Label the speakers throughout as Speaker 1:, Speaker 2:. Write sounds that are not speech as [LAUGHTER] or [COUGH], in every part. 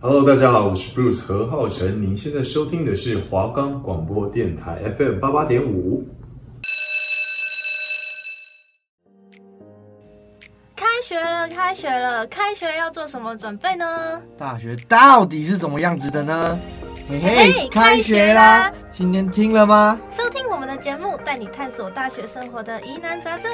Speaker 1: Hello，大家好，我是 Bruce 何浩晨，您现在收听的是华冈广播电台 FM 八八点五。
Speaker 2: 开学了，开学了，开学要做什么准备呢？
Speaker 3: 大学到底是什么样子的呢？嘿
Speaker 2: 嘿开
Speaker 3: 嘿，开
Speaker 2: 学
Speaker 3: 学
Speaker 2: 啦
Speaker 3: 啦！今天听了吗？
Speaker 2: 收听我们的节目，带你探索大学生活的疑难杂症。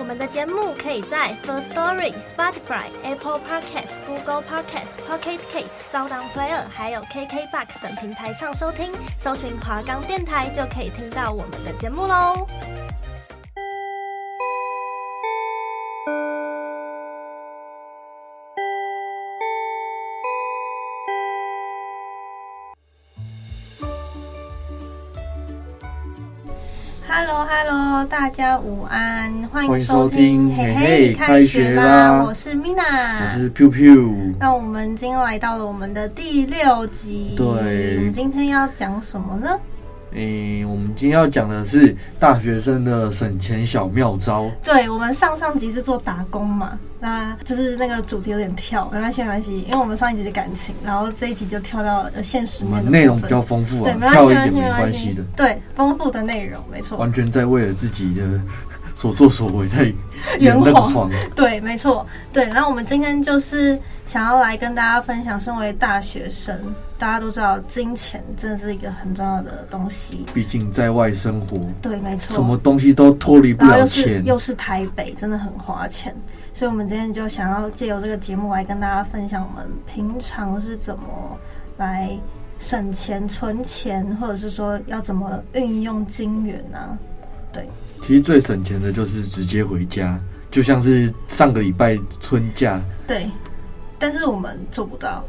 Speaker 2: 我们的节目可以在 First Story、Spotify、Apple Podcasts、Google Podcasts、Pocket Casts、Sound On Player，还有 KKBox 等平台上收听，搜寻华冈电台就可以听到我们的节目喽。Hello Hello，大家午安，欢
Speaker 3: 迎收听
Speaker 2: 嘿
Speaker 3: 嘿
Speaker 2: 嘿，
Speaker 3: 嘿开学啦
Speaker 2: 我是 Mina，
Speaker 3: 我是 Piu Piu，
Speaker 2: 那我们今天来到了我们的第六集，
Speaker 3: 对
Speaker 2: 我们今天要讲什么呢？
Speaker 3: 诶、我们今天要讲的是大学生的省钱小妙招。
Speaker 2: 对，我们上上集是做打工嘛，那就是那个主题有点跳，没关系没关系，因为我们上一集是感情，然后这一集就跳到呃现实
Speaker 3: 我
Speaker 2: 面
Speaker 3: 们
Speaker 2: 的
Speaker 3: 内容
Speaker 2: 部
Speaker 3: 比
Speaker 2: 分
Speaker 3: 较丰富
Speaker 2: 对，
Speaker 3: 啊，
Speaker 2: 没关系
Speaker 3: 跳一
Speaker 2: 没
Speaker 3: 点
Speaker 2: 关系
Speaker 3: 没
Speaker 2: 没
Speaker 3: 关
Speaker 2: 关
Speaker 3: 系的哦
Speaker 2: 系，，对，丰富的内容没错，
Speaker 3: 完全在为了自己的所作所为在圆那个
Speaker 2: 圆
Speaker 3: 谎。
Speaker 2: 对，没错，对。然后我们今天就是想要来跟大家分享，身为大学生，大家都知道金钱真的是一个很重要的东西，
Speaker 3: 毕竟在外生活，
Speaker 2: 对，没错，
Speaker 3: 什么东西都脱离不
Speaker 2: 哦然后又
Speaker 3: 了
Speaker 2: 是
Speaker 3: 钱。
Speaker 2: 又是台北，真的很花钱，所以我们今天就想要借由这个节目来跟大家分享我们平常是怎么来省钱、存钱，或者是说要怎么运用金元啊。
Speaker 3: 其实最省钱的就是直接回家，就像是上个礼拜春假，
Speaker 2: 对，但是我们做不到，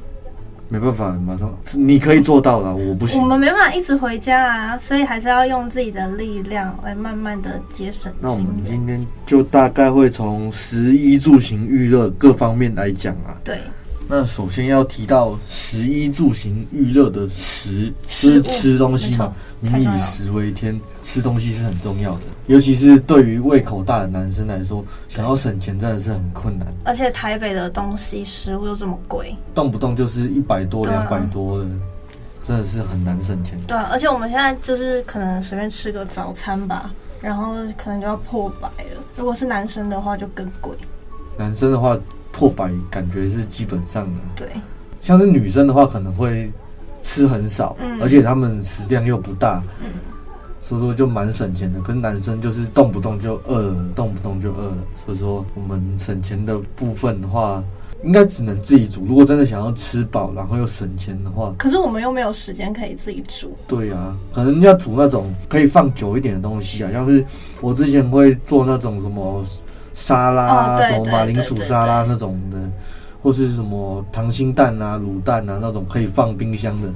Speaker 3: 没办法，马上你可以做到啦，我不行
Speaker 2: 我。们没办法一直回家啊，所以还是要用自己的力量来慢慢的节省
Speaker 3: 那我
Speaker 2: 金
Speaker 3: 们
Speaker 2: 元。
Speaker 3: 今天就大概会从食衣住行娱乐各方面来讲啊。
Speaker 2: 对，
Speaker 3: 那首先要提到食衣住行娱乐的食，就
Speaker 2: 食物
Speaker 3: 是吃东西嘛。
Speaker 2: 没
Speaker 3: 民
Speaker 2: 错太重要
Speaker 3: 以
Speaker 2: 了
Speaker 3: 食为天，吃东西是很重要的，尤其是对于胃口大的男生来说，想要省钱真的是很困难，
Speaker 2: 而且台北的东西食物又这么贵，
Speaker 3: 动不动就是一百多、
Speaker 2: 对啊
Speaker 3: 两百多的，真的是很难省钱。
Speaker 2: 对啊，而且我们现在就是可能随便吃个早餐吧，然后可能就要破百了。如果是男生的话，就更贵。
Speaker 3: 男生的话，破百感觉是基本上的。
Speaker 2: 对，
Speaker 3: 像是女生的话，可能会吃很少，
Speaker 2: 嗯
Speaker 3: 而且她们食量又不大，
Speaker 2: 嗯
Speaker 3: 所以说就蛮省钱的。跟男生就是动不动就饿了，动不动就饿了。所以说我们省钱的部分的话，应该只能自己煮。如果真的想要吃饱，然后又省钱的话，
Speaker 2: 可是我们又没有时间可以自己煮。
Speaker 3: 对啊，可能要煮那种可以放久一点的东西啊，像是我之前会做那种什么沙拉啊，
Speaker 2: 哦对
Speaker 3: 什么
Speaker 2: 对
Speaker 3: 马铃
Speaker 2: 对
Speaker 3: 薯
Speaker 2: 对
Speaker 3: 沙拉那种的，或是什么溏心蛋啊、卤蛋啊那种可以放冰箱的。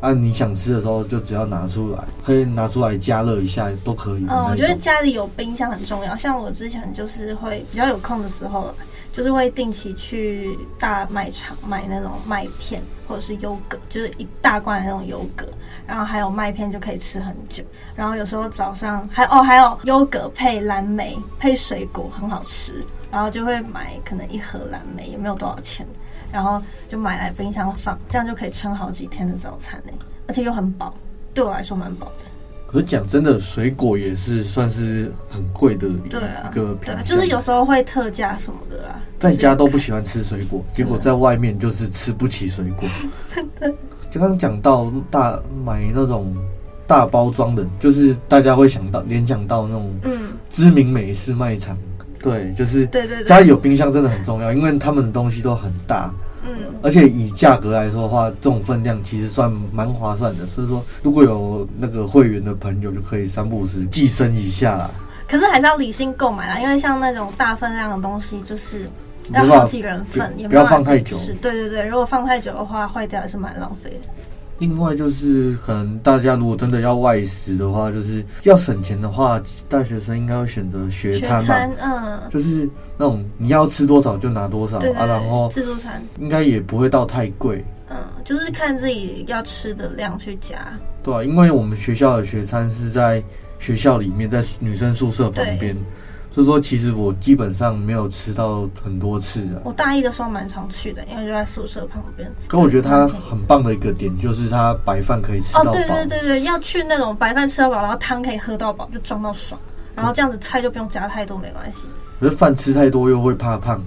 Speaker 3: 啊，你想吃的时候就只要拿出来，可以拿出来加热一下都可以的那
Speaker 2: 嗯，
Speaker 3: 种。
Speaker 2: 我觉得家里有冰箱很重要。像我之前就是会比较有空的时候啦，就是会定期去大卖场买那种麦片或者是优格，就是一大罐的那种优格，然后还有麦片就可以吃很久。然后有时候早上还哦还有优格配蓝莓配水果很好吃，然后就会买可能一盒蓝莓也没有多少钱，然后就买来冰箱放，这样就可以撑好几天的早餐呢、而且又很饱，对我来说蛮饱的。
Speaker 3: 可是讲真的，水果也是算是很贵的一
Speaker 2: 对啊，
Speaker 3: 个品
Speaker 2: 对
Speaker 3: 项、
Speaker 2: 啊，就是有时候会特价什么的啊啦。
Speaker 3: 在家都不喜欢吃水果，结果在外面就是吃不起水
Speaker 2: [LAUGHS]
Speaker 3: 果。刚刚讲到大买那种大包装的，就是大家会想到联想到那种
Speaker 2: 嗯，
Speaker 3: 知名美式卖场，对，就是
Speaker 2: 对对对，
Speaker 3: 家里有冰箱真的很重要，因为他们的东西都很大，
Speaker 2: 嗯，
Speaker 3: 而且以价格来说的话，这种分量其实算蛮划算的。所以说，如果有那个会员的朋友，就可以三不五时寄生一下啦。
Speaker 2: 可是还是要理性购买啦，因为像那种大分量的东西，就是
Speaker 3: 你
Speaker 2: 要
Speaker 3: 不要
Speaker 2: 好几人份，
Speaker 3: 不
Speaker 2: 也
Speaker 3: 要
Speaker 2: 没有办法
Speaker 3: 放太久
Speaker 2: 自己吃对对对，如果放太久的话，坏掉也是蛮浪费的。
Speaker 3: 另外就是，可能大家如果真的要外食的话，就是要省钱的话，大学生应该会选择学餐吧，
Speaker 2: 餐，嗯，
Speaker 3: 就是那种你要吃多少就拿多少
Speaker 2: 对对
Speaker 3: 啊，然后
Speaker 2: 对，自助餐，
Speaker 3: 应该也不会到太贵，
Speaker 2: 嗯，就是看自己要吃的量去加。
Speaker 3: 对啊，因为我们学校的学餐是在学校里面，在女生宿舍旁边，就说其实我基本上没有吃到很多次啊。
Speaker 2: 我大一的时候蛮常去的，因为就在宿舍旁边。
Speaker 3: 可我觉得它很棒的一个点就是它白饭可以吃
Speaker 2: 哦
Speaker 3: 到，饱。
Speaker 2: 对对对对，要去那种白饭吃到饱，然后汤可以喝到饱，就装到爽。然后这样子菜就不用加太多，没关系。
Speaker 3: 可是饭吃太多又会怕胖。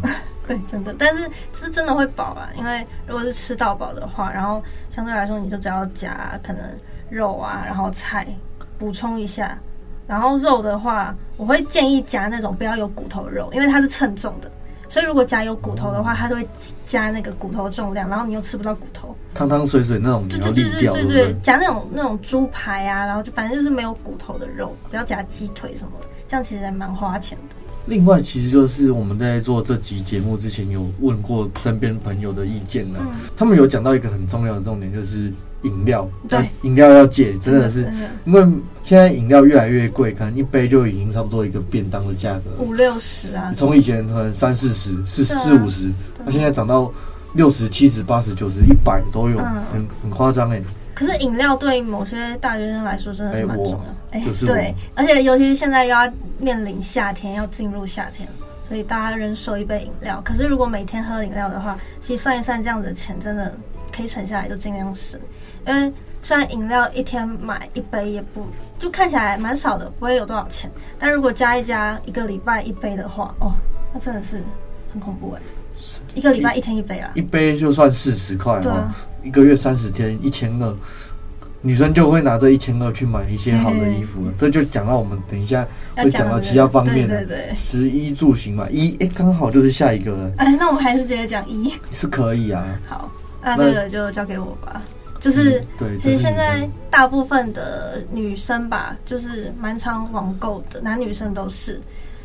Speaker 2: 对，真的，但是是真的会饱啦，因为如果是吃到饱的话，然后相对来说你就只要加可能肉啊，然后菜补充一下。然后肉的话，我会建议加那种不要有骨头肉，因为它是称重的，所以如果加有骨头的话，它就会加那个骨头重量，然后你又吃不到骨头。
Speaker 3: 汤汤水水那种
Speaker 2: 对
Speaker 3: 你要
Speaker 2: 对
Speaker 3: 沥
Speaker 2: 对
Speaker 3: 掉，
Speaker 2: 对
Speaker 3: 不
Speaker 2: 对对，夹那种那种猪排啊，然后就反正就是没有骨头的肉，不要夹鸡腿什么的，这样其实还蛮花钱的。
Speaker 3: 另外，其实就是我们在做这集节目之前，有问过身边朋友的意见呢、
Speaker 2: 嗯，
Speaker 3: 他们有讲到一个很重要的重点，就是饮料，
Speaker 2: 对嗯
Speaker 3: 要饮料要戒，真的是，
Speaker 2: 真的
Speaker 3: 因为现在饮料越来越贵，可能一杯就已经差不多一个便当的价格了。
Speaker 2: 五六十啊，
Speaker 3: 从以前可能三四十、四
Speaker 2: 对啊
Speaker 3: 四五十，那
Speaker 2: 对
Speaker 3: 现在涨到六十、七十、八十、九十、一百都有，
Speaker 2: 嗯
Speaker 3: 很很夸张哎。
Speaker 2: 可是饮料对某些大学生来说真的是蛮重要。哎、
Speaker 3: 我就是我
Speaker 2: 对，而且尤其是现在又要面临夏天，要进入夏天，所以大家人手一杯饮料。可是如果每天喝饮料的话，其实算一算这样子的钱，真的可以省下来就尽量省。因为虽然饮料一天买一杯也不就看起来蛮少的，不会有多少钱，但如果加一加一个礼拜一杯的话，哦，那真的是很恐怖哎、一个礼拜一天一杯啦。
Speaker 3: 一杯就算四十块
Speaker 2: 对
Speaker 3: 哦
Speaker 2: 啊，
Speaker 3: 一个月三十天一千二，女生就会拿这一千二去买一些好的衣服了。这就讲到我们等一下
Speaker 2: 要
Speaker 3: 会讲到
Speaker 2: 的
Speaker 3: 其他方面
Speaker 2: 对
Speaker 3: 的
Speaker 2: 对对。
Speaker 3: 食衣住行嘛，衣哎刚好就是下一个了，
Speaker 2: 哎，那我们还是直接讲一。
Speaker 3: 是可以啊。
Speaker 2: 好，那
Speaker 3: 那
Speaker 2: 这个就交给我吧。就是，
Speaker 3: 嗯对，
Speaker 2: 其
Speaker 3: 这是
Speaker 2: 实现
Speaker 3: 女
Speaker 2: 在
Speaker 3: 生
Speaker 2: 大部分的女生吧，就是蛮常网购的，男女生都是。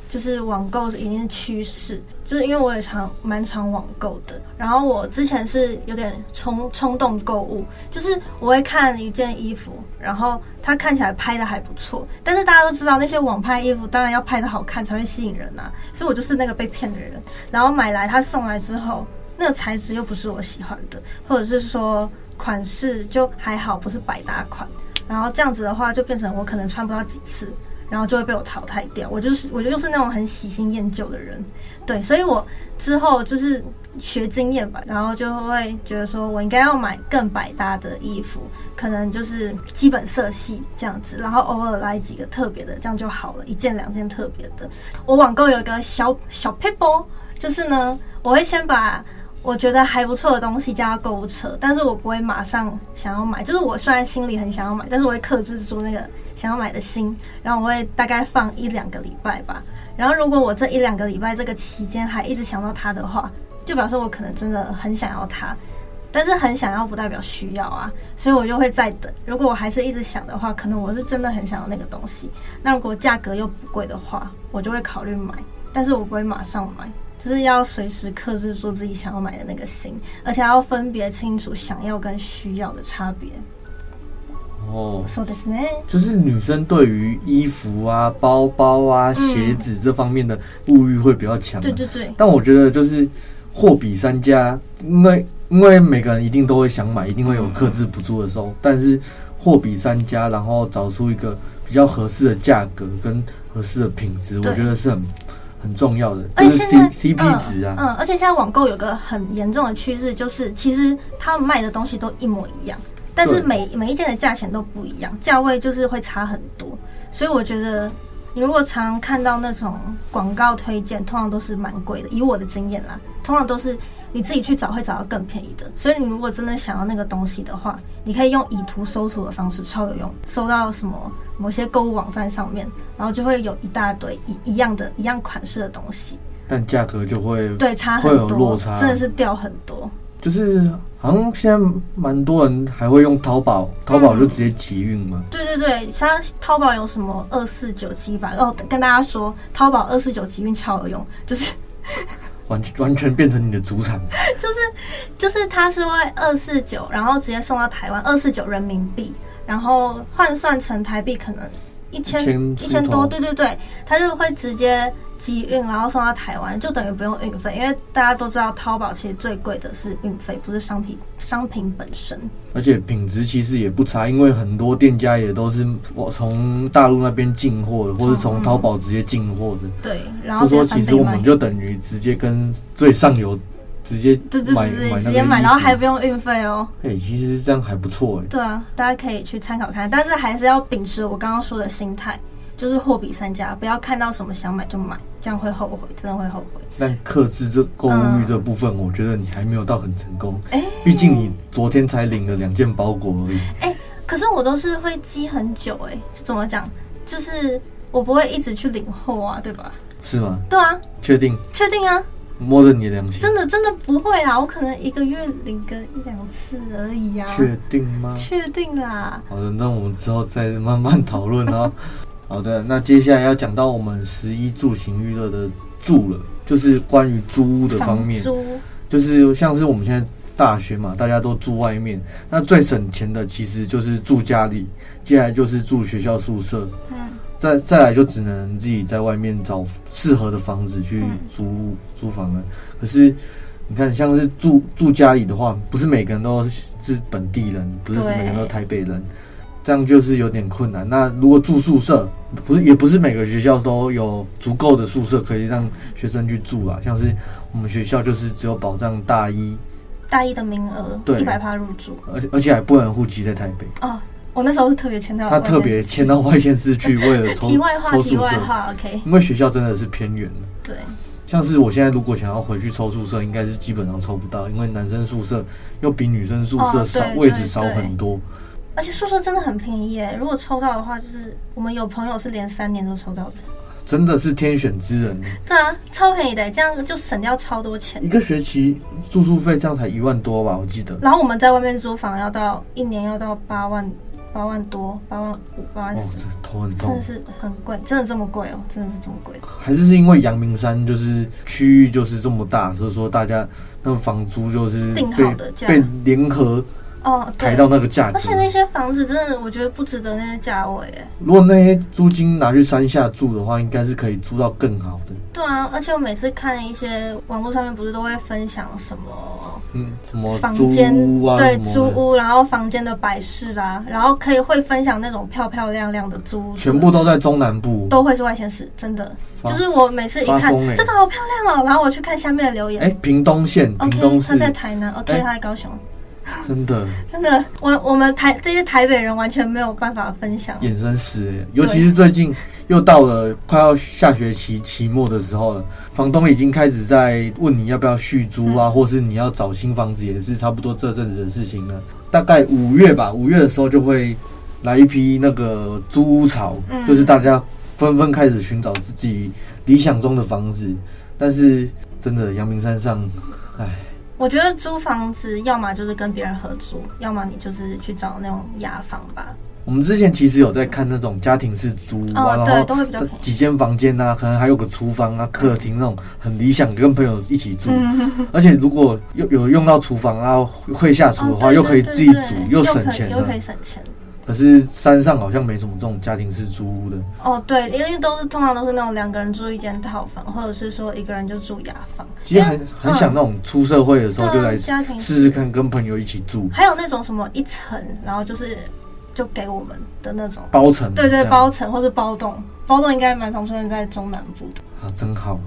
Speaker 2: 就是网购已经是趋势，就是因为我也常蛮常网购的。然后我之前是有点冲冲动购物，就是我会看一件衣服，然后它看起来拍的还不错，但是大家都知道那些网拍衣服当然要拍的好看才会吸引人啊，所以我就是那个被骗的人。然后买来他送来之后，那个材质又不是我喜欢的，或者是说款式就还好，不是百搭款。然后这样子的话，就变成我可能穿不到几次，然后就会被我淘汰掉。我就是我就是那种很喜新厌旧的人，对，所以我之后就是学经验吧，然后就会觉得说我应该要买更百搭的衣服，可能就是基本色系这样子，然后偶尔来几个特别的，这样就好了，一件两件特别的。我网购有一个小小 p a p e 就是呢，我会先把我觉得还不错的东西加到购物车，但是我不会马上想要买。就是我虽然心里很想要买，但是我会克制住那个想要买的心，然后我会大概放一两个礼拜吧。然后如果我这一两个礼拜这个期间还一直想到它的话，就表示我可能真的很想要它。但是很想要不代表需要啊，所以我就会再等。如果我还是一直想的话，可能我是真的很想要那个东西。那如果价格又不贵的话，我就会考虑买，但是我不会马上买，就是要随时克制住自己想要买的那个心，而且还要分别清楚想要跟需要的差别。
Speaker 3: 哦，
Speaker 2: そうですね。
Speaker 3: 就是女生对于衣服啊、包包啊、
Speaker 2: 嗯
Speaker 3: 鞋子这方面的物欲会比较强啊、
Speaker 2: 对对对，
Speaker 3: 但我觉得就是货比三家，因为因为每个人一定都会想买，一定会有克制不住的时候，但是货比三家，然后找出一个比较合适的价格跟合适的品质，
Speaker 2: 对
Speaker 3: 我觉得是很很重要的，
Speaker 2: 而
Speaker 3: 就
Speaker 2: 且
Speaker 3: 是
Speaker 2: 现在
Speaker 3: C CP 值啊。
Speaker 2: 嗯，嗯，而且现在网购有个很严重的趋势，就是其实他们卖的东西都一模一样，但是
Speaker 3: 对
Speaker 2: 每每一件的价钱都不一样，价位就是会差很多。所以我觉得，你如果常看到那种广告推荐，通常都是蛮贵的。以我的经验啦，通常都是你自己去找会找到更便宜的。所以你如果真的想要那个东西的话，你可以用以图搜图的方式，超有用。搜到什么某些购物网站上面，然后就会有一大堆一一样的一样款式的东西。
Speaker 3: 但价格就会，
Speaker 2: 对，差
Speaker 3: 会有
Speaker 2: 很多，
Speaker 3: 落差
Speaker 2: 真的是掉很多。
Speaker 3: 就是好像现在蛮多人还会用淘宝，淘宝
Speaker 2: 嗯
Speaker 3: 就直接集运嘛。
Speaker 2: 对对对，像淘宝有什么二四九七吧？哦，跟大家说，淘宝二四九集运超有用，就是
Speaker 3: 完完全变成你的主场，
Speaker 2: 就是它是会二四九，然后直接送到台湾，二四九人民币，然后换算成台币可能。一千
Speaker 3: 1000
Speaker 2: 一千
Speaker 3: 出
Speaker 2: 多，
Speaker 3: 头
Speaker 2: 对对对，他就会直接集运，然后送到台湾，就等于不用运费，因为大家都知道淘宝其实最贵的是运费，不是商品商品本身。
Speaker 3: 而且品质其实也不差，因为很多店家也都是我从大陆那边进货的，或是从淘宝直接进货的。
Speaker 2: 对，嗯然后
Speaker 3: 就
Speaker 2: 直接
Speaker 3: 说
Speaker 2: 翻倍
Speaker 3: 其实我
Speaker 2: 卖
Speaker 3: 们就等于直接跟最上游直接
Speaker 2: 对对
Speaker 3: 买
Speaker 2: 对，
Speaker 3: 买
Speaker 2: 直
Speaker 3: 那
Speaker 2: 接
Speaker 3: 个
Speaker 2: 买，
Speaker 3: 衣
Speaker 2: 然后
Speaker 3: 服
Speaker 2: 还不用运费哦。
Speaker 3: 哎、其实这样还不错哎、
Speaker 2: 对啊，大家可以去参考看，但是还是要秉持我刚刚说的心态，就是货比三家，不要看到什么想买就买，这样会后悔，真的会后悔。
Speaker 3: 但克制这购物欲这部分，我觉得你还没有到很成功。
Speaker 2: 嗯
Speaker 3: 毕竟你昨天才领了两件包裹而已。
Speaker 2: 可是我都是会积很久、欸，哎，怎么讲？就是我不会一直去领货啊，对吧？
Speaker 3: 是吗？
Speaker 2: 对啊，
Speaker 3: 确定？
Speaker 2: 确定啊，
Speaker 3: 摸着你的良心，
Speaker 2: 真的真的不会啦，我可能一个月领个一两次而已啊。
Speaker 3: 确定吗？
Speaker 2: 确定啦，
Speaker 3: 好的，那我们之后再慢慢讨论啊。 [LAUGHS] 好的，那接下来要讲到我们十一住行娱乐的住了，就是关于租屋的方面，
Speaker 2: 房租
Speaker 3: 就是像是我们现在大学嘛，大家都住外面，那最省钱的其实就是住家里，接下来就是住学校宿舍，
Speaker 2: 嗯，
Speaker 3: 再再来就只能自己在外面找适合的房子去
Speaker 2: 嗯
Speaker 3: 租、租房了。可是你看，像是住住家里的话，不是每个人都是本地人，不是
Speaker 2: 对
Speaker 3: 每个人都是台北人，这样就是有点困难。那如果住宿舍，不是也不是每个学校都有足够的宿舍可以让学生去住啊。像是我们学校就是只有保障大一，
Speaker 2: 大一的名额
Speaker 3: 对
Speaker 2: 一百趴入住
Speaker 3: 而且而且还不能户籍在台北，
Speaker 2: 哦。我那时候是特别签到，
Speaker 3: 他特别迁到外县市去，为了抽
Speaker 2: [LAUGHS] 题外话，
Speaker 3: 抽
Speaker 2: 题
Speaker 3: 宿
Speaker 2: 外
Speaker 3: 舍，
Speaker 2: 话，OK，
Speaker 3: 因为学校真的是偏远的。
Speaker 2: 对，
Speaker 3: 像是我现在如果想要回去抽宿舍，应该是基本上抽不到，因为男生宿舍又比女生宿舍
Speaker 2: 哦
Speaker 3: 少、
Speaker 2: 对对
Speaker 3: 位置少很多。
Speaker 2: 而且宿舍真的很便宜耶，如果抽到的话，就是我们有朋友是连三年都抽到的，
Speaker 3: 真的是天选之人，
Speaker 2: 对啊，超便宜的，这样就省掉超多钱
Speaker 3: 一。个学期住宿费这样才一万多吧，我记得。
Speaker 2: 然后我们在外面租房要到一年要到八万八万多八万五八万
Speaker 3: 哦
Speaker 2: 四，，
Speaker 3: 这头很
Speaker 2: 真
Speaker 3: 痛
Speaker 2: 的，是很贵，真的这么贵哦，真的是这么贵。
Speaker 3: 还是是因为阳明山就是区域就是这么大，所以说大家那个房租就是
Speaker 2: 定好
Speaker 3: 被
Speaker 2: 的价
Speaker 3: 被联合
Speaker 2: 哦，
Speaker 3: 抬
Speaker 2: 对，
Speaker 3: 到那个价格
Speaker 2: 而。且那些房子真的我觉得不值得那些价位耶。
Speaker 3: 如果那些租金拿去山下住的话，应该是可以租到更好的，
Speaker 2: 对啊，而且我每次看一些网络上面不是都会分享什么
Speaker 3: 嗯，什么
Speaker 2: 房
Speaker 3: 租
Speaker 2: 间、
Speaker 3: 屋啊，
Speaker 2: 对
Speaker 3: 什么的
Speaker 2: 租屋，然后房间的摆饰啊，然后可以会分享那种漂漂亮亮的租屋，
Speaker 3: 全部都在中南部。
Speaker 2: 都会是外县市，真的。
Speaker 3: 发
Speaker 2: 就是我每次一
Speaker 3: 发
Speaker 2: 看
Speaker 3: 疯欸
Speaker 2: 这个好漂亮哦，然后我去看下面的留言。
Speaker 3: 哎，屏东县，屏
Speaker 2: OK，
Speaker 3: 东市
Speaker 2: 他，在台南，OK，、
Speaker 3: 哎
Speaker 2: 他在高雄，
Speaker 3: 真的
Speaker 2: 真的，我我们台这些台北人完全没有办法分享。
Speaker 3: 眼神死哎！尤其是最近又到了快要下学期期末的时候了，房东已经开始在问你要不要续租
Speaker 2: 嗯
Speaker 3: 啊，或是你要找新房子，也是差不多这阵子的事情了。大概五月吧，五月的时候就会来一批那个租屋潮，
Speaker 2: 嗯
Speaker 3: 就是大家纷纷开始寻找自己理想中的房子，但是真的阳明山上，唉。
Speaker 2: 我觉得租房子，要么就是跟别人合租，要么你就是去找那种雅房吧。
Speaker 3: 我们之前其实有在看那种家庭式租屋啊，
Speaker 2: 哦对
Speaker 3: 然后
Speaker 2: 都会比较便宜
Speaker 3: 几间房间啊，可能还有个厨房啊、客厅那种很理想，跟朋友一起住。
Speaker 2: 嗯
Speaker 3: 而且如果有有用到厨房啊，会下厨的
Speaker 2: 哦，
Speaker 3: 话，
Speaker 2: 对
Speaker 3: 又可以
Speaker 2: 对
Speaker 3: 自己
Speaker 2: 对
Speaker 3: 煮，
Speaker 2: 对
Speaker 3: 又
Speaker 2: 又
Speaker 3: 省
Speaker 2: 可以
Speaker 3: 钱
Speaker 2: 又
Speaker 3: 了
Speaker 2: 可。以省钱。
Speaker 3: 可是山上好像没什么这种家庭式租屋的，
Speaker 2: 哦，对，因为都是通常都是那种两个人住一间套房，或者是说一个人就住雅房。
Speaker 3: 其实很很想那种出社会的时候
Speaker 2: 对啊
Speaker 3: 就来
Speaker 2: 家庭式
Speaker 3: 试试看，跟朋友一起住
Speaker 2: 还有那种什么一层，然后就是就给我们的那种，
Speaker 3: 包层，
Speaker 2: 对
Speaker 3: 这
Speaker 2: 对，
Speaker 3: 样
Speaker 2: 包层或是包栋，包栋应该蛮常出现在中南部的， [LAUGHS]
Speaker 3: 啊，真好。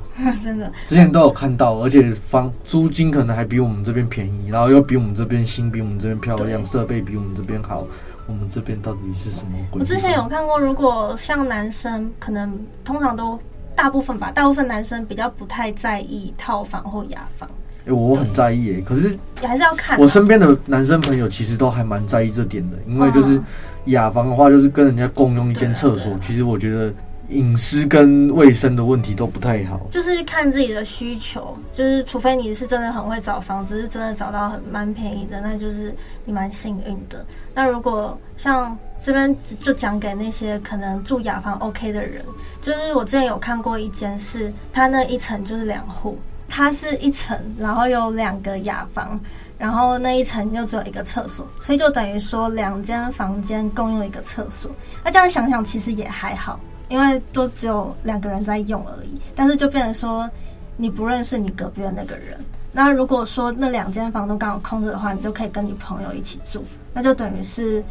Speaker 2: 真的。
Speaker 3: 之前都有看到，而且房租金可能还比我们这边便宜，然后又比我们这边新，比我们这边漂亮，
Speaker 2: 对
Speaker 3: 设备比我们这边好。我们这边到底是什么鬼？
Speaker 2: 我之前有看过，如果像男生，可能通常都大部分吧，大部分男生比较不太在意套房或雅房，
Speaker 3: 诶，我很在意诶。可是
Speaker 2: 也还是要看啊、
Speaker 3: 我身边的男生朋友其实都还蛮在意这点的，因为就是
Speaker 2: 嗯
Speaker 3: 雅房的话，就是跟人家共用一间厕
Speaker 2: 对啊对
Speaker 3: 所
Speaker 2: 啊，
Speaker 3: 其实我觉得隐私跟卫生的问题都不太好。
Speaker 2: 就是看自己的需求，就是除非你是真的很会找房子，是真的找到很蛮便宜的，那就是你蛮幸运的。那如果像这边就讲给那些可能住雅房 OK 的人，就是我之前有看过一间是，它那一层就是两户，它是一层，然后有两个雅房，然后那一层又只有一个厕所，所以就等于说两间房间共用一个厕所。那这样想想，其实也还好，因为都只有两个人在用而已。但是就变成说，你不认识你隔壁的那个人。那如果说那两间房都刚好空着的话，你就可以跟你朋友一起住，那就等于是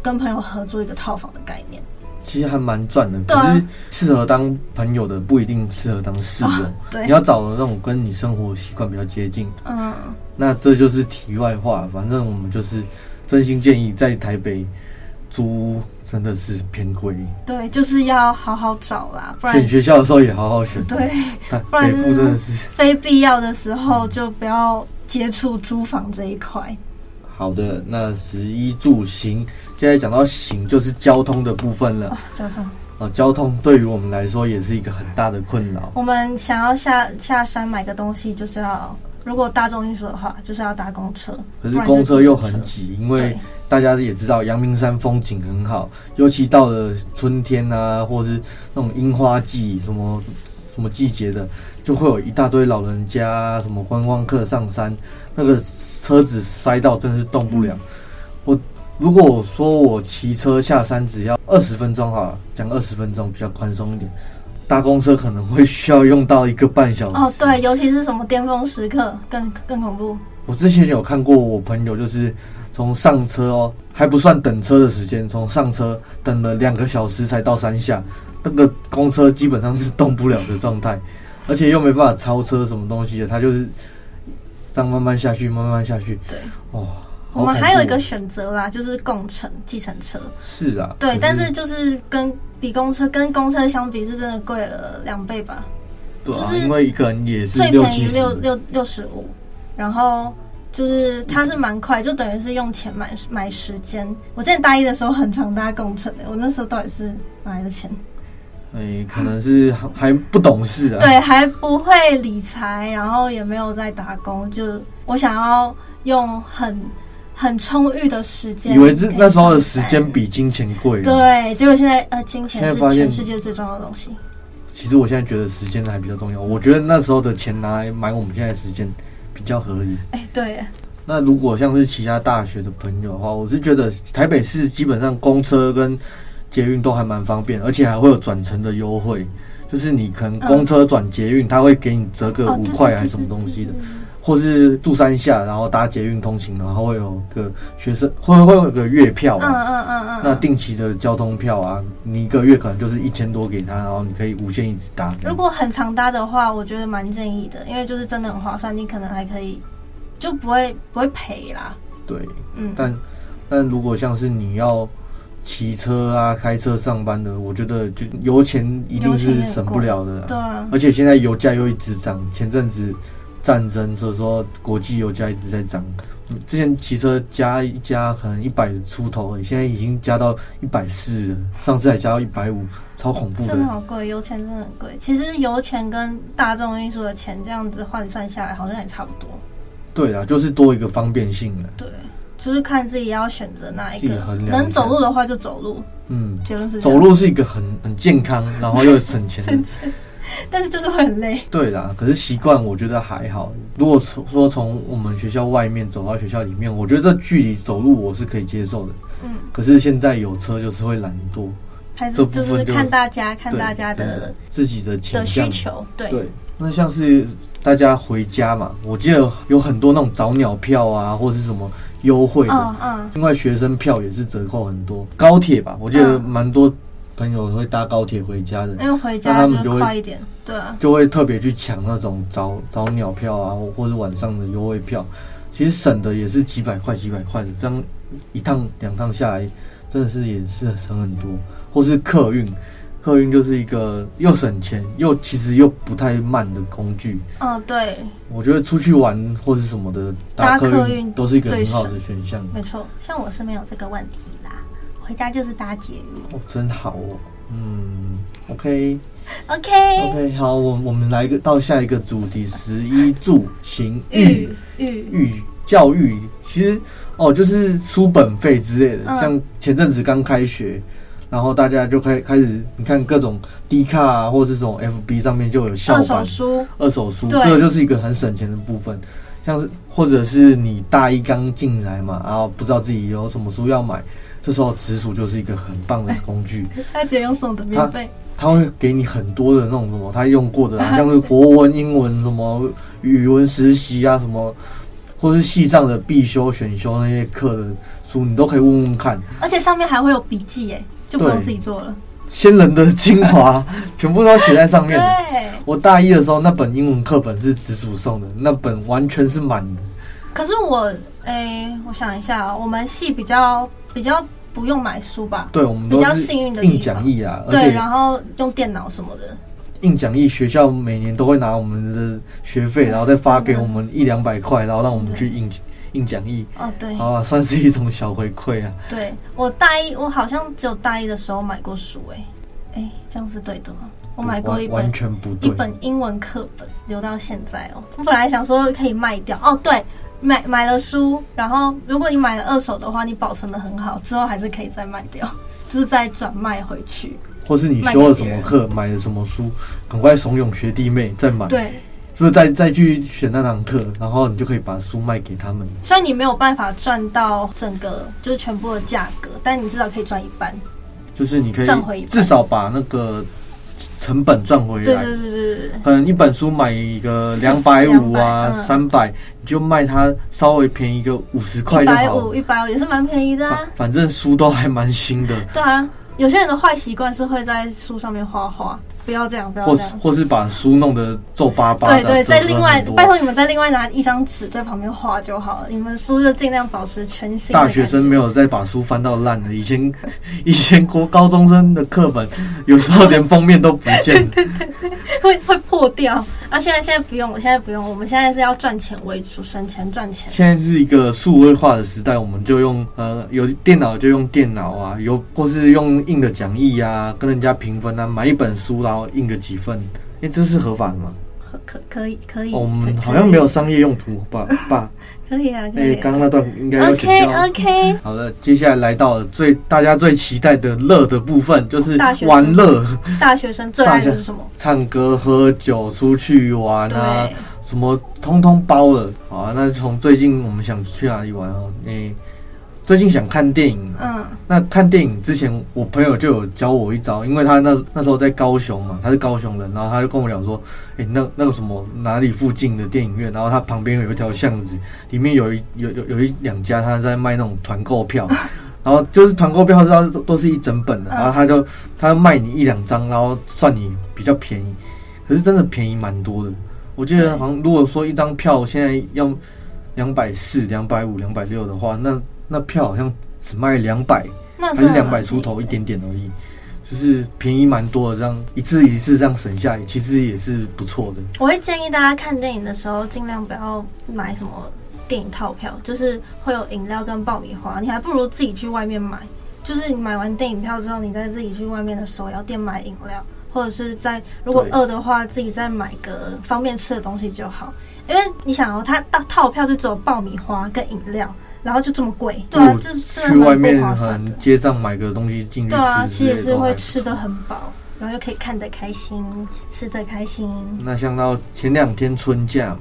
Speaker 2: 跟朋友合租一个套房的概念。
Speaker 3: 其实还蛮赚的，
Speaker 2: 对
Speaker 3: 可
Speaker 2: 啊
Speaker 3: 是适合当朋友的不一定适合当室友。
Speaker 2: 啊对
Speaker 3: 你要找的那种跟你生活习惯比较接近。
Speaker 2: 嗯，
Speaker 3: 那这就是题外话，反正我们就是真心建议在台北租屋真的是偏贵，
Speaker 2: 对，就是要好好找啦，不然
Speaker 3: 选学校的时候也好好选。
Speaker 2: 对
Speaker 3: 啊，
Speaker 2: 不然
Speaker 3: 北
Speaker 2: 就是
Speaker 3: 部真的是
Speaker 2: 非必要的时候就不要接触租房这一块。
Speaker 3: 好的。那十一住行，现在讲到行就是交通的部分了
Speaker 2: 啊，交通，
Speaker 3: 啊，交通对于我们来说也是一个很大的困扰。
Speaker 2: 我们想要下下山买个东西，就是要如果大众运输的话，就是要搭公车，
Speaker 3: 可是
Speaker 2: 不然就
Speaker 3: 公车
Speaker 2: 计
Speaker 3: 又
Speaker 2: 程
Speaker 3: 很
Speaker 2: 车。
Speaker 3: 挤，因为
Speaker 2: 对
Speaker 3: 大家也知道阳明山风景很好，尤其到了春天啊，或者是那种樱花季什么什么季节的，就会有一大堆老人家啊、什么观光客上山，那个车子塞到真的是动不了。我如果我说我骑车下山只要二十分钟好了，讲二十分钟比较宽松一点，搭公车可能会需要用到一个半小时。
Speaker 2: 哦，对，尤其是什么巅峰时刻更更恐怖。
Speaker 3: 我之前有看过我朋友，就是从上车哦，还不算等车的时间，从上车等了两个小时才到山下，那个公车基本上是动不了的状态，而且又没办法超车什么东西的，他就是这样慢慢下去，慢慢下去。
Speaker 2: 对，我
Speaker 3: 哇，哦好
Speaker 2: 们
Speaker 3: 恐
Speaker 2: 还有一
Speaker 3: 怖哦
Speaker 2: 个选择啦，就是共乘计程车。
Speaker 3: 是啊，
Speaker 2: 对，但
Speaker 3: 可
Speaker 2: 是就是跟比公车跟公车相比，是真的贵了两倍吧。
Speaker 3: 对啊，
Speaker 2: 就是
Speaker 3: 因为一个人也是
Speaker 2: 最
Speaker 3: 六
Speaker 2: 便宜
Speaker 3: 七十，
Speaker 2: 六六六十五，然后就是它是蛮快，就等于是用钱买买时间。我之前大一的时候很常搭共乘的，我那时候到底是哪来的钱？
Speaker 3: 哎、可能是还还不懂事啊。
Speaker 2: 对，还不会理财，然后也没有在打工，就我想要用很很充裕的时间，
Speaker 3: 以为是那时候的时间。比金钱贵啊，
Speaker 2: 对，结果现在呃，金钱
Speaker 3: 现
Speaker 2: 是
Speaker 3: 在发现
Speaker 2: 全世界最重要的东西。
Speaker 3: 其实我现在觉得时间还比较重要，我觉得那时候的钱拿来买我们现在的时间比较合理。
Speaker 2: 哎，对，
Speaker 3: 那如果像是其他大学的朋友的话，我是觉得台北市基本上公车跟捷运都还蛮方便，而且还会有转乘的优惠，就是你可能公车转捷运，它会给你折个
Speaker 2: 哦
Speaker 3: 五
Speaker 2: 对
Speaker 3: 块
Speaker 2: 对
Speaker 3: 还
Speaker 2: 对
Speaker 3: 是什么
Speaker 2: 对
Speaker 3: 东
Speaker 2: 对
Speaker 3: 西的
Speaker 2: 对，对
Speaker 3: 或是住山下，然后搭捷运通勤，然后会有个学生会会有个月票
Speaker 2: 嗯
Speaker 3: 啊。
Speaker 2: 嗯嗯嗯。
Speaker 3: 那定期的交通票啊，你一个月可能就是一千多给他，然后你可以无限一直搭。
Speaker 2: 如果很常搭的话，我觉得蛮建议的，因为就是真的很划算，你可能还可以就不会不会赔啦。
Speaker 3: 对，
Speaker 2: 嗯，
Speaker 3: 但但如果像是你要骑车啊、开车上班的，我觉得就油钱一定是省不了的、
Speaker 2: 对啊，
Speaker 3: 而且现在油价又一直涨，前阵子战争，所以说国际油价一直在涨。嗯之前骑车加一加可能一百出头而已，现在已经加到一百四了，上次还加到一百五，超恐怖
Speaker 2: 真的
Speaker 3: 的。
Speaker 2: 好贵，油钱真的很贵。其实油钱跟大众运输的钱这样子换算下来，好像也差不多。
Speaker 3: 对啊，就是多一个方便性了。
Speaker 2: 对，就是看自己要选择哪一
Speaker 3: 自
Speaker 2: 个
Speaker 3: 己衡，量一下
Speaker 2: 能走路的话就走路。
Speaker 3: 嗯，
Speaker 2: 结论是这
Speaker 3: 走
Speaker 2: 样，
Speaker 3: 路是一个很很健康，然后又省钱的
Speaker 2: 但是就是会很累。
Speaker 3: 对啦，可是习惯我觉得还好。如果从说从我们学校外面走到学校里面，我觉得这距离走路我是可以接受的。
Speaker 2: 嗯，
Speaker 3: 可是现在有车就是会懒惰，
Speaker 2: 还
Speaker 3: 这
Speaker 2: 是
Speaker 3: 部
Speaker 2: 就
Speaker 3: 分
Speaker 2: 是
Speaker 3: 就
Speaker 2: 看大家看
Speaker 3: 对
Speaker 2: 大家的
Speaker 3: 对自己的倾
Speaker 2: 的需
Speaker 3: 向。
Speaker 2: 求，对。
Speaker 3: 对，那像是大家回家嘛，我记得有很多那种早鸟票啊，或是什么优惠的。
Speaker 2: 嗯嗯，
Speaker 3: 另外，学生票也是折扣很多，高铁吧，我记得
Speaker 2: 嗯
Speaker 3: 蛮多朋友会搭高铁回家的。
Speaker 2: 因为回
Speaker 3: 那
Speaker 2: 家
Speaker 3: 他们就
Speaker 2: 就
Speaker 3: 会
Speaker 2: 快一点，对啊。
Speaker 3: 就会特别去抢那种早早鸟票啊，或或者晚上的优惠票。其实省的也是几百块、几百块的，这样一趟两趟下来，真的是也是省很多。或是客运，客运就是一个又省钱又其实又不太慢的工具。
Speaker 2: 嗯，对，
Speaker 3: 我觉得出去玩或是什么的
Speaker 2: 搭
Speaker 3: 客
Speaker 2: 客运
Speaker 3: 都是一个很好的选项。
Speaker 2: 没错，像我是没有这个问题啦，回家就是搭捷运。
Speaker 3: 哦，真好哦。嗯，OK
Speaker 2: OK，,
Speaker 3: OK，好，我我们来一个到下一个主题：十一住行育
Speaker 2: 玉。玉
Speaker 3: 育教育，其实哦，就是书本费之类的。
Speaker 2: 嗯
Speaker 3: 像前阵子刚开学，然后大家就开开始，你看各种 D 卡啊，或是这种 FB 上面就有校
Speaker 2: 二手
Speaker 3: 版
Speaker 2: 书，
Speaker 3: 二手书，
Speaker 2: 对
Speaker 3: 这个就是一个很省钱的部分。像是或者是你大一刚进来嘛，然后不知道自己有什么书要买，这时候直属就是一个很棒的工具，
Speaker 2: 他直接用送的免费，
Speaker 3: 他会给你很多的那种什么他
Speaker 2: [LAUGHS]
Speaker 3: 用过的、啊，像是国文、英文什么语文实习啊什么。或是系上的必修、选修那些课的书，你都可以问问看。
Speaker 2: 而且上面还会有笔记耶，就不用
Speaker 3: 对
Speaker 2: 自己做了。
Speaker 3: 先人的精华 [LAUGHS] 全部都写在上面的。
Speaker 2: 对，
Speaker 3: 我大一的时候，那本英文课本是直属送的，那本完全是满的。
Speaker 2: 可是我，诶，我想一下、哦，我们系比较比较不用买书吧？
Speaker 3: 对，我们
Speaker 2: 比
Speaker 3: 都
Speaker 2: 较
Speaker 3: 是
Speaker 2: 幸运的地方
Speaker 3: 印讲义啊，而
Speaker 2: 对，
Speaker 3: 且
Speaker 2: 然后用电脑什么的，
Speaker 3: 印讲义学校每年都会拿我们的学费，然后再发给我们一两百块，然后让我们去印印讲义，
Speaker 2: 哦，对
Speaker 3: 啊，算是一种小回馈啊。
Speaker 2: 对，我大一我好像只有大一的时候买过书、诶，哎，哎，这样是对的吗？我买过一
Speaker 3: 完
Speaker 2: 本
Speaker 3: 完全不
Speaker 2: 一
Speaker 3: 对，
Speaker 2: 本英文课本留到现在哦。我本来想说可以卖掉哦，对，买买了书，然后如果你买了二手的话，你保存的很好，之后还是可以再卖掉， [LAUGHS] 就是再转卖回去。
Speaker 3: 或是你修了什么课，买了什么书，赶快怂恿学弟妹再买，
Speaker 2: 对，
Speaker 3: 就是再再去选那堂课，然后你就可以把书卖给他们。
Speaker 2: 虽然你没有办法赚到整个就是全部的价格，但你至少可以赚一半。
Speaker 3: 就是你可
Speaker 2: 赚回一
Speaker 3: 以
Speaker 2: 半
Speaker 3: 至少把那个成本赚回
Speaker 2: 对
Speaker 3: 来
Speaker 2: 对。对对对对，
Speaker 3: 可能一本书买一个两百五啊，
Speaker 2: 200
Speaker 3: 三百、你就卖它稍微便宜个五十块
Speaker 2: 一
Speaker 3: 就
Speaker 2: 百
Speaker 3: 好
Speaker 2: 五
Speaker 3: 了。
Speaker 2: 一百五也是蛮便宜的啊
Speaker 3: 反。反正书都还蛮新的，
Speaker 2: 对啊，有些人的坏习惯是会在书上面画画，不要这样，不要
Speaker 3: 或
Speaker 2: 这
Speaker 3: 是
Speaker 2: 样。
Speaker 3: 或是把书弄得皱巴巴的。
Speaker 2: 对对，
Speaker 3: 折
Speaker 2: 再
Speaker 3: 痕
Speaker 2: 另外
Speaker 3: 很多
Speaker 2: 拜托你们再另外拿一张纸在旁边画就好了。你们书就尽量保持全新。
Speaker 3: 大学生没有再把书翻到烂的，以前 [LAUGHS] 以前国高中生的课本，有时候连封面都不
Speaker 2: [LAUGHS]
Speaker 3: 见了。
Speaker 2: [LAUGHS] 会会破掉啊！现在现在不用，现在不用，我们现在是要赚钱为主，省钱赚钱。
Speaker 3: 现在是一个数位化的时代，我们就用呃有电脑就用电脑啊，有或是用印的讲义啊，跟人家评分啊，买一本书然后印个几份，哎、这是合法的吗？
Speaker 2: 可可可以可以，
Speaker 3: 哦我们
Speaker 2: 可
Speaker 3: 好像没有商业用途吧？爸，
Speaker 2: 可以啊，可
Speaker 3: 哎，
Speaker 2: 以
Speaker 3: 刚
Speaker 2: 啊。
Speaker 3: 刚那段应该要剪
Speaker 2: OK 呃
Speaker 3: 掉。
Speaker 2: OK，
Speaker 3: 好的，接下来来到了最大家最期待的乐的部分，就是
Speaker 2: 哦大学生
Speaker 3: 玩乐。
Speaker 2: 大学生最爱的是什
Speaker 3: [LAUGHS]
Speaker 2: 么？
Speaker 3: 唱歌、喝酒、出去玩啊
Speaker 2: 对，
Speaker 3: 什么通通包了。好啊，那从最近我们想去哪里玩哦？诶、最近想看电影、啊。
Speaker 2: 嗯，
Speaker 3: 那看电影之前，我朋友就有教我一招，因为他那那时候在高雄嘛，他是高雄人，然后他就跟我讲说，诶、那那个什么哪里附近的电影院，然后他旁边有一条巷子，里面有一 [LAUGHS] 有有有一两家他在卖那种团购票，然后就是团购票都都是一整本的，
Speaker 2: 嗯
Speaker 3: 然后他就他卖你一两张，然后算你比较便宜，可是真的便宜蛮多的，我记
Speaker 2: 对
Speaker 3: 得好像如果说一张票现在要两百四、两百五、两百六的话，那那票好像只卖两百。
Speaker 2: 那
Speaker 3: 还
Speaker 2: 真
Speaker 3: 是
Speaker 2: 的
Speaker 3: 两
Speaker 2: 蛮
Speaker 3: 百
Speaker 2: 便宜
Speaker 3: 出头
Speaker 2: 的
Speaker 3: 一点点而已，就是便宜蛮多的，这样一次一次这样省下来，其实也是不错的。
Speaker 2: 我会建议大家看电影的时候，尽量不要买什么电影套票，就是会有饮料跟爆米花，你还不如自己去外面买。就是你买完电影票之后，你再自己去外面的手摇店买饮料，或者是在如果
Speaker 3: 对
Speaker 2: 饿的话，自己再买个方便吃的东西就好。因为你想哦，它套套票就只有爆米花跟饮料，然后就这么贵，对啊，
Speaker 3: 不如
Speaker 2: 这
Speaker 3: 去
Speaker 2: 真的
Speaker 3: 哦外
Speaker 2: 蛮
Speaker 3: 面
Speaker 2: 不划
Speaker 3: 可
Speaker 2: 算的
Speaker 3: 能。街上买个东西进去
Speaker 2: 对啊，
Speaker 3: 吃
Speaker 2: 其
Speaker 3: 之
Speaker 2: 实
Speaker 3: 类
Speaker 2: 是
Speaker 3: 的
Speaker 2: 会
Speaker 3: 话。
Speaker 2: 吃的很饱，然后又可以看得开心，吃得开心。
Speaker 3: 那像到前两天春假嘛，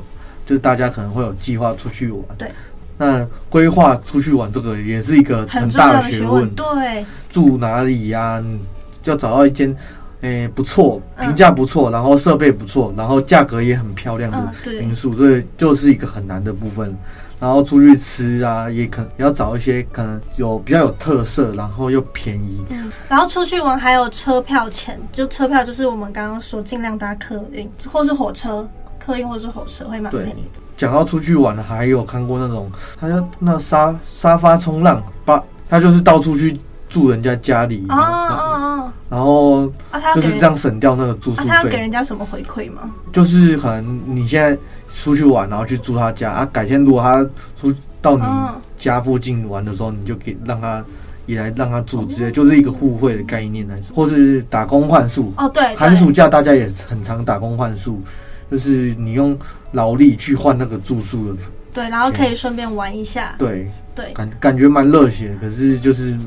Speaker 3: 就是大家可能会有计划出去玩。
Speaker 2: 对。
Speaker 3: 那规划出去玩这个也是一个
Speaker 2: 很
Speaker 3: 很
Speaker 2: 重要
Speaker 3: 大
Speaker 2: 的
Speaker 3: 的
Speaker 2: 学
Speaker 3: 学
Speaker 2: 问
Speaker 3: 问，，
Speaker 2: 对，
Speaker 3: 住哪里呀、你要找到一间，诶、不错，
Speaker 2: 嗯
Speaker 3: 评价不错，然后设备不错，然后价格也很漂亮的
Speaker 2: 嗯，对，
Speaker 3: 民宿，这就是一个很难的部分。然后出去吃啊，也可也要找一些可能有比较有特色，然后又便宜。
Speaker 2: 嗯，然后出去玩还有车票钱，就车票就是我们刚刚说尽量搭客运或是火车，客运或是火车会蛮便
Speaker 3: 对
Speaker 2: 宜的。，
Speaker 3: 讲到出去玩，还有看过那种，他就那沙沙发冲浪，把他就是到处去住人家家里，
Speaker 2: 哦
Speaker 3: 然
Speaker 2: 哦
Speaker 3: 后
Speaker 2: 哦，
Speaker 3: 然后
Speaker 2: 啊，他要
Speaker 3: 嗯就
Speaker 2: 给
Speaker 3: 是这
Speaker 2: 人，啊，
Speaker 3: 样省掉那个住宿
Speaker 2: 他要给
Speaker 3: 费。
Speaker 2: 人家什么回馈吗？
Speaker 3: 就是可能你现在出去玩，然后去住他家啊，改天如果他出到哦你
Speaker 2: 嗯，
Speaker 3: 家附近玩的时候，你就给让他也来让他住之类，就是一个互惠的概念来说，或是打工换宿。
Speaker 2: 哦对，对
Speaker 3: 寒暑假大家也很常打工换宿，就是你用劳力去换那个住宿的，
Speaker 2: 对，然后可以顺便玩一下，
Speaker 3: 对，
Speaker 2: 对，
Speaker 3: 感感觉蛮热血，可是就是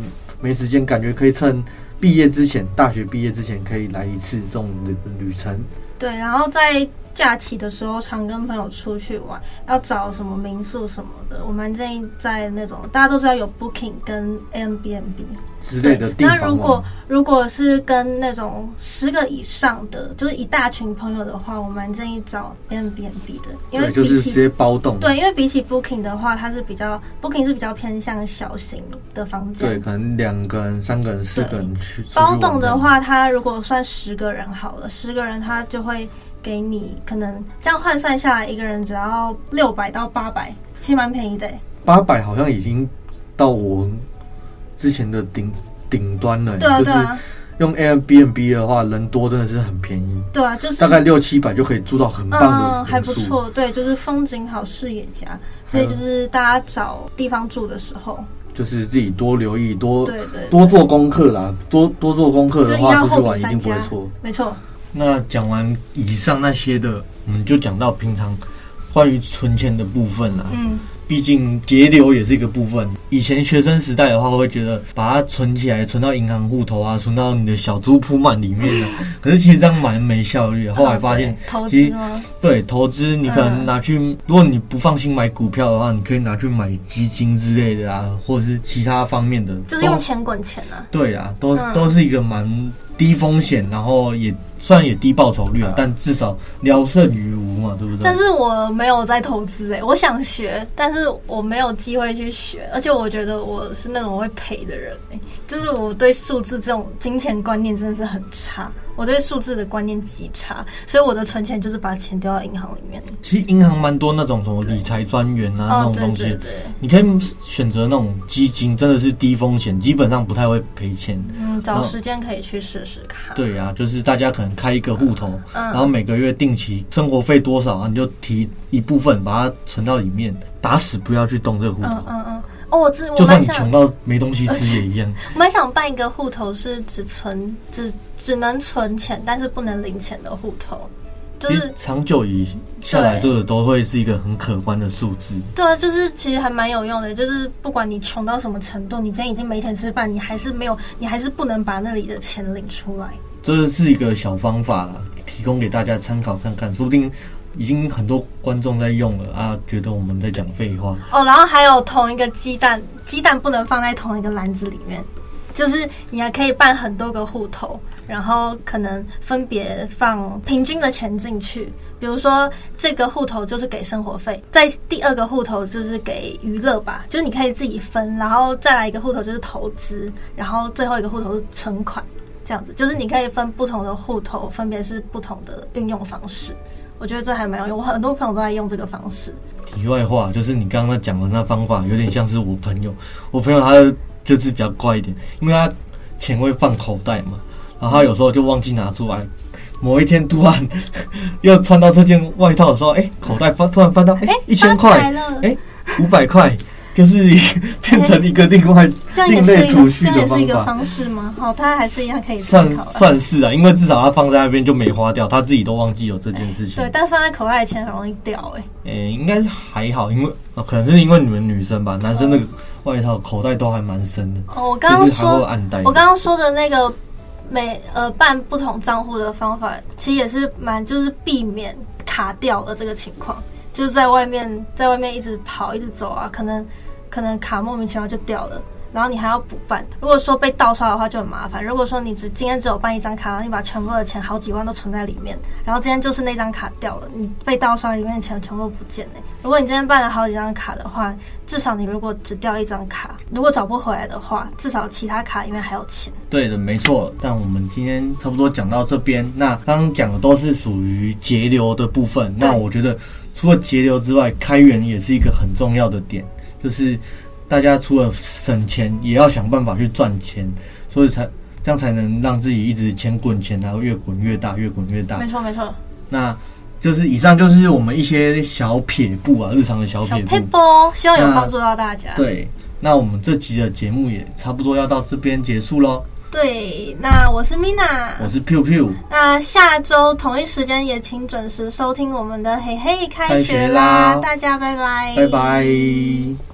Speaker 3: 没时间，感觉可以趁毕业之前，大学毕业之前可以来一次这种旅旅程。
Speaker 2: 对，然后在假期的时候常跟朋友出去玩，要找什么民宿什么的，我蛮建议在那种大家都知道有 Booking 跟 Airbnb
Speaker 4: 之类的地
Speaker 2: 那
Speaker 4: 方
Speaker 2: 如
Speaker 4: 嘛
Speaker 2: 果如果是跟那种十个以上的，就是一大群朋友的话，我蛮建议找 Airbnb 的，因为
Speaker 4: 对，就
Speaker 2: 比
Speaker 4: 是直
Speaker 2: 起
Speaker 4: 接包栋，
Speaker 2: 对，因为比起 Booking 的话，它是比较 Booking 是比较偏向小型的房
Speaker 4: 对，
Speaker 2: 间。
Speaker 4: 可能两个人、三个人、四个人去
Speaker 2: 包栋的，
Speaker 4: 出去玩
Speaker 2: 话，它如果算十个人好了，十个人它就会给你可能这样换算下来，一个人只要六百到八百，其实蛮便宜的欸、
Speaker 4: 这样八百好像已经到我之前的顶顶端了、欸
Speaker 2: 对啊，
Speaker 4: 就
Speaker 2: 对
Speaker 4: 是
Speaker 2: 啊，
Speaker 4: 用 Airbnb 的话，人多真的是很便宜，
Speaker 2: 对啊，就是
Speaker 4: 大概六七百就可以住到很棒的、
Speaker 2: 嗯，还不。错，对，就是风景好，视野佳，
Speaker 4: 还
Speaker 2: 所
Speaker 4: 有
Speaker 2: 以就是大家找地方住的时候，
Speaker 4: 就是自己多留意、多
Speaker 2: 对对，
Speaker 4: 多做功课啦，多多做功课
Speaker 2: 就
Speaker 4: 的
Speaker 2: 是
Speaker 4: 话，
Speaker 2: 要
Speaker 4: 出去
Speaker 2: 后
Speaker 4: 玩
Speaker 2: 比
Speaker 4: 一
Speaker 2: 三
Speaker 4: 定不
Speaker 2: 家
Speaker 4: 会错。，
Speaker 2: 没错，
Speaker 3: 那讲完以上那些的，我们就讲到平常关于存钱的部分啦。
Speaker 2: 嗯，
Speaker 3: 毕竟节流也是一个部分。以前学生时代的话，我会觉得把它存起来，存到银行户头啊，存到你的小猪铺满里面
Speaker 2: [LAUGHS]
Speaker 3: 啊。可是其实这样蛮没效率啊的。后来发现
Speaker 2: 对，投
Speaker 3: 其
Speaker 2: 资
Speaker 3: 实
Speaker 2: 吗？
Speaker 3: 对投资，你可能
Speaker 2: 嗯
Speaker 3: 拿去，如果你不放心买股票的话，你可以拿去买基金之类的啊，或者是其他方面的。
Speaker 2: 就是用
Speaker 3: 都
Speaker 2: 钱滚钱啊，
Speaker 3: 对啊，都、
Speaker 2: 嗯
Speaker 3: 都是一个蛮低风险，然后也虽然也低报酬率啊，但至少聊胜于无嘛，
Speaker 4: 嗯
Speaker 3: 对不对？
Speaker 2: 嗯但是我没有在投资哎、我想学，但是我没有机会去学，而且我觉得我是那种会赔的人哎、就是我对数字这种金钱观念真的是很差，我对数字的观念极差，所以我的存钱就是把钱丢到银行里面，
Speaker 3: 其实银行蛮多那种什么理财专员啊那
Speaker 2: 哦
Speaker 3: 种，
Speaker 2: 对
Speaker 3: 东
Speaker 2: 对
Speaker 3: 西，
Speaker 2: 对，
Speaker 3: 你可以选择那种基金，真的是低风险，基本上不太会赔钱。
Speaker 2: 嗯，找
Speaker 3: 嗯
Speaker 2: 时间可以去试试看，
Speaker 3: 对啊，就是大家可能开一个户头，
Speaker 2: 嗯
Speaker 3: 然后每个月定期生活费多少啊，你就提一部分把它存到里面，打死不要去动这个户头。
Speaker 2: 嗯嗯嗯，哦，我知，我
Speaker 3: 就算
Speaker 2: 蛮
Speaker 3: 你
Speaker 2: 想
Speaker 3: 穷，到没东西吃也一样，
Speaker 2: 我蛮想办一个户头，是只存只只能存钱，但是不能领钱的户头， [LAUGHS] 就
Speaker 3: 其
Speaker 2: 是
Speaker 3: 实长久以下来，这
Speaker 2: 对
Speaker 3: 个都会是一个很可观的数字。
Speaker 2: 对啊，就是其实还蛮有用的，就是不管你穷到什么程度，你今天已经没钱吃饭，你还是没有，你还是不能把那里的钱领出来。
Speaker 3: 这是一个小方法啦，提供给大家参考看看，说不定已经很多观众在用了啊，觉得我们在讲废话。
Speaker 2: 哦，然后还有同一个鸡蛋，鸡蛋不能放在同一个篮子里面，就是你还可以办很多个户头，然后可能分别放平均的钱进去。比如说这个户头就是给生活费，在第二个户头就是给娱乐吧，就是你可以自己分，然后再来一个户头就是投资，然后最后一个户头是存款，这样子就是你可以分不同的户头，分别是不同的运用方式。我觉得这还蛮有用，我很多朋友都在用这个方式。
Speaker 3: 题外话，就是你刚刚讲的那方法，有点像是我朋友。我朋友他就是比较怪一点，因为他钱会放口袋嘛，然后他有时候就忘记拿出来。某一天突然 [LAUGHS] 又穿到这件外套的时候，哎、口袋翻突然翻到哎
Speaker 2: 哎
Speaker 3: 一千
Speaker 2: 发财
Speaker 3: 块，
Speaker 2: 了
Speaker 3: 哎五百块，就是 [LAUGHS] 一变成一个另外
Speaker 2: 这样也
Speaker 3: 另
Speaker 2: 是
Speaker 3: 类
Speaker 2: 一
Speaker 3: 储
Speaker 2: 个，
Speaker 3: 蓄
Speaker 2: 这样
Speaker 3: 的
Speaker 2: 也是一
Speaker 3: 方
Speaker 2: 个
Speaker 3: 法。
Speaker 2: 方式吗？好，它还是一样可以参
Speaker 3: 算
Speaker 2: 考啦。
Speaker 3: 算是啊，因为至少他放在那边就没花掉，他自己都忘记有这件事情。
Speaker 2: 对，但放在口袋的钱很容易掉哎、
Speaker 3: 诶、应该是还好，因为、呃可能是因为你们女生吧，男生那个外套口袋都还蛮深的，
Speaker 2: 嗯哦，我刚刚
Speaker 3: 就是还会
Speaker 2: 说，
Speaker 3: 暗袋。
Speaker 2: 我刚刚说的那个每呃办不同账户的方法，其实也是蛮就是避免卡掉了这个情况，就是在外面在外面一直跑一直走啊，可能可能卡莫名其妙就掉了。然后你还要补办，如果说被盗刷的话就很麻烦。如果说你只今天只有办一张卡，然后你把全部的钱好几万都存在里面，然后今天就是那张卡掉了，你被盗刷里面的钱全部都不见了。如果你今天办了好几张卡的话，至少你如果只掉一张卡，如果找不回来的话，至少其他卡里面还有钱。
Speaker 3: 对的，没错。但我们今天差不多讲到这边，那刚刚讲的都是属于节流的部分。那我觉得除了节流之外，开源也是一个很重要的点，就是大家除了省钱，也要想办法去赚钱，所以才这样才能让自己一直钱滚钱，然后越滚越大，越滚越大。
Speaker 2: 没错没错，
Speaker 3: 那就是以上就是我们一些小撇步啊，日常的小
Speaker 2: 小
Speaker 3: 撇步。
Speaker 2: 配
Speaker 3: 啊
Speaker 2: 波，希望有
Speaker 3: 那
Speaker 2: 帮助到大家。
Speaker 3: 对，那我们这集的节目也差不多要到这边结束喽。
Speaker 2: 对，那我是 Mina，
Speaker 3: 我是 Piu Piu，
Speaker 2: 那下周同一时间也请准时收听我们的嘿嘿开学
Speaker 3: 开学
Speaker 2: 啦，
Speaker 3: 啦
Speaker 2: 大家拜拜，
Speaker 3: 拜拜